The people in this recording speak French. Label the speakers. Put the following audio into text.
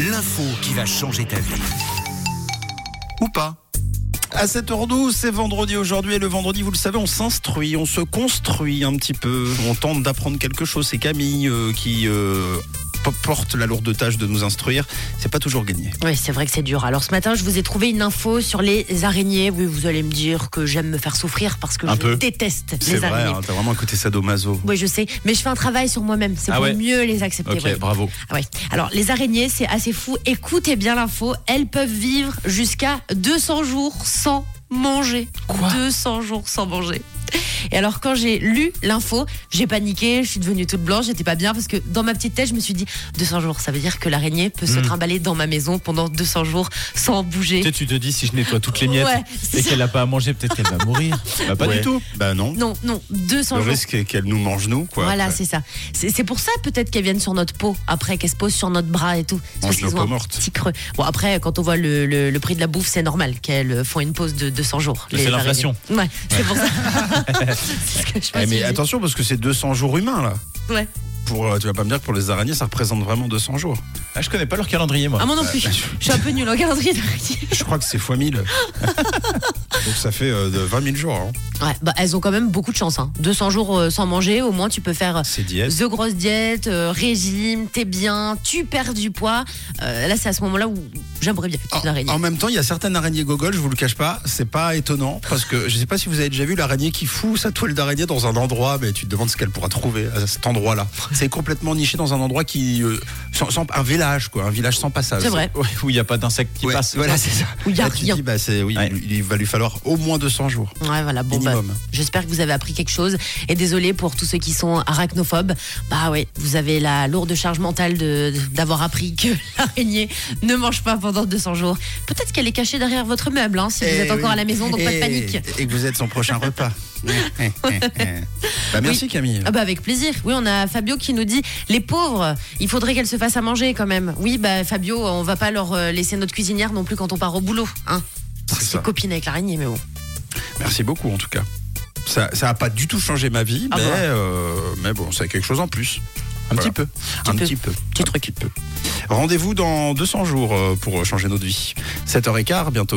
Speaker 1: l'info qui va changer ta vie. Ou pas.
Speaker 2: À 7h12, c'est vendredi aujourd'hui et le vendredi, vous le savez, on s'instruit, on se construit un petit peu, on tente d'apprendre quelque chose. C'est Camille euh, qui euh, porte la lourde tâche de nous instruire. C'est pas toujours gagné.
Speaker 3: Oui, c'est vrai que c'est dur. Alors ce matin, je vous ai trouvé une info sur les araignées. Oui, vous allez me dire que j'aime me faire souffrir parce que
Speaker 2: Un
Speaker 3: je
Speaker 2: peu.
Speaker 3: déteste
Speaker 2: C'est
Speaker 3: les
Speaker 2: vrai,
Speaker 3: araignées.
Speaker 2: hein, t'as vraiment un côté sadomaso.
Speaker 3: Oui, je sais, mais je fais un travail sur moi-même. C'est
Speaker 2: Ah
Speaker 3: pour
Speaker 2: ouais
Speaker 3: mieux les accepter.
Speaker 2: Ok,
Speaker 3: ouais.
Speaker 2: bravo.
Speaker 3: Ah ouais. Alors, les araignées, c'est assez fou. Écoutez bien l'info. Elles peuvent vivre jusqu'à 200 jours sans manger.
Speaker 2: Quoi
Speaker 3: 200 jours sans manger. Et alors, quand j'ai lu l'info, j'ai paniqué, je suis devenue toute blanche, j'étais pas bien parce que dans ma petite tête, je me suis dit 200 jours, ça veut dire que l'araignée peut
Speaker 2: Hmm.
Speaker 3: se trimballer dans ma maison pendant 200 jours sans bouger.
Speaker 4: Tu sais, tu te dis si je nettoie toutes les miettes
Speaker 3: Ouais, c'est
Speaker 4: et
Speaker 3: ça.
Speaker 4: qu'elle n'a pas à manger, peut-être qu'elle va mourir. Bah, pas
Speaker 2: Ouais.
Speaker 4: du tout.
Speaker 2: Bah non.
Speaker 3: Non, non, 200
Speaker 2: Le
Speaker 3: jours.
Speaker 2: risque est qu'elle nous mange nous, quoi.
Speaker 3: Voilà,
Speaker 2: Ouais.
Speaker 3: c'est ça. C'est c'est pour ça peut-être qu'elles viennent sur notre peau après, qu'elles se posent sur notre bras et tout.
Speaker 2: Mange
Speaker 3: Parce qu'ils
Speaker 2: nos
Speaker 3: ont
Speaker 2: peaux
Speaker 3: un
Speaker 2: mortes.
Speaker 3: petit creux. Bon, après, quand on voit le, le- le prix de la bouffe, c'est normal qu'elles euh, font une pause de 200 jours.
Speaker 4: C'est
Speaker 3: les
Speaker 4: l'inflation.
Speaker 3: araignées. Ouais, c'est pour ça. C'est ce que je
Speaker 2: Eh,
Speaker 3: me suis
Speaker 2: mais
Speaker 3: dit.
Speaker 2: attention parce que c'est 200 jours humains là.
Speaker 3: Ouais.
Speaker 2: Pour, euh, tu vas pas me dire que pour les araignées, ça représente vraiment 200 jours.
Speaker 4: Ah, je connais pas leur calendrier, moi.
Speaker 3: Ah, moi non plus. Je suis un peu nulle en calendrier d'araignée.
Speaker 2: Je crois que c'est x 1000. Donc ça fait euh, de 20 000 jours. hein.
Speaker 3: Ouais, bah, elles ont quand même beaucoup de chance. hein. 200 jours euh, sans manger, au moins tu peux faire. euh,
Speaker 2: C'est dièse.
Speaker 3: The grosse diète, euh, régime, t'es bien, tu perds du poids. Euh, là, c'est à ce moment-là où j'aimerais bien une petite araignée.
Speaker 2: En, en même temps, il y a certaines araignées gogol, je vous le cache pas, c'est pas étonnant parce que je sais pas si vous avez déjà vu l'araignée qui fout sa toile d'araignée dans un endroit, mais tu te demandes ce qu'elle pourra trouver à cet endroit-là. C'est complètement niché dans un endroit qui euh, sans, sans- un village quoi, un village sans passage.
Speaker 3: C'est vrai.
Speaker 4: Ouais, où il n'y a pas d'insectes qui
Speaker 2: Ouais,
Speaker 4: passent.
Speaker 2: Voilà, c'est ça.
Speaker 3: Où il y a
Speaker 2: Là, tu te
Speaker 3: rien.
Speaker 2: dis, bah, c'est- oui,
Speaker 4: Ouais.
Speaker 2: il va lui falloir au moins 200 jours.
Speaker 3: Ouais, voilà, bon, bah,
Speaker 2: Minimum.
Speaker 3: j'espère que vous avez appris quelque chose. Et désolé pour tous ceux qui sont arachnophobes. Bah ouais, vous avez la lourde charge mentale de- de- d'avoir appris que l'araignée ne mange pas pendant 200 jours. Peut-être qu'elle est cachée derrière votre meuble, hein, si vous
Speaker 2: Eh
Speaker 3: êtes encore
Speaker 2: oui.
Speaker 3: à la maison, donc pas de
Speaker 2: Et-
Speaker 3: panique.
Speaker 2: Et que vous êtes son prochain repas. Eh, bah, merci Camille.
Speaker 3: Ah bah avec plaisir. Oui, on a Fabio qui nous dit les pauvres, il faudrait qu'elles se fassent à manger quand même. Oui, bah Fabio, on va pas leur euh, laisser notre cuisinière non plus quand on part au boulot, hein.
Speaker 2: C'est ça.
Speaker 3: C'est copine avec l'araignée, mais bon.
Speaker 2: Merci beaucoup en tout cas. Ça n'a pas du tout changé ma vie,
Speaker 3: Ah
Speaker 2: mais,
Speaker 3: bah.
Speaker 2: euh, mais bon, c'est quelque chose en plus.
Speaker 4: Un
Speaker 2: Voilà.
Speaker 4: petit peu.
Speaker 2: Un
Speaker 3: peu.
Speaker 2: petit peu.
Speaker 3: Petit
Speaker 2: Un
Speaker 3: truc.
Speaker 2: petit peu. Rendez-vous dans 200 jours euh, pour changer notre vie. 7h15 bientôt.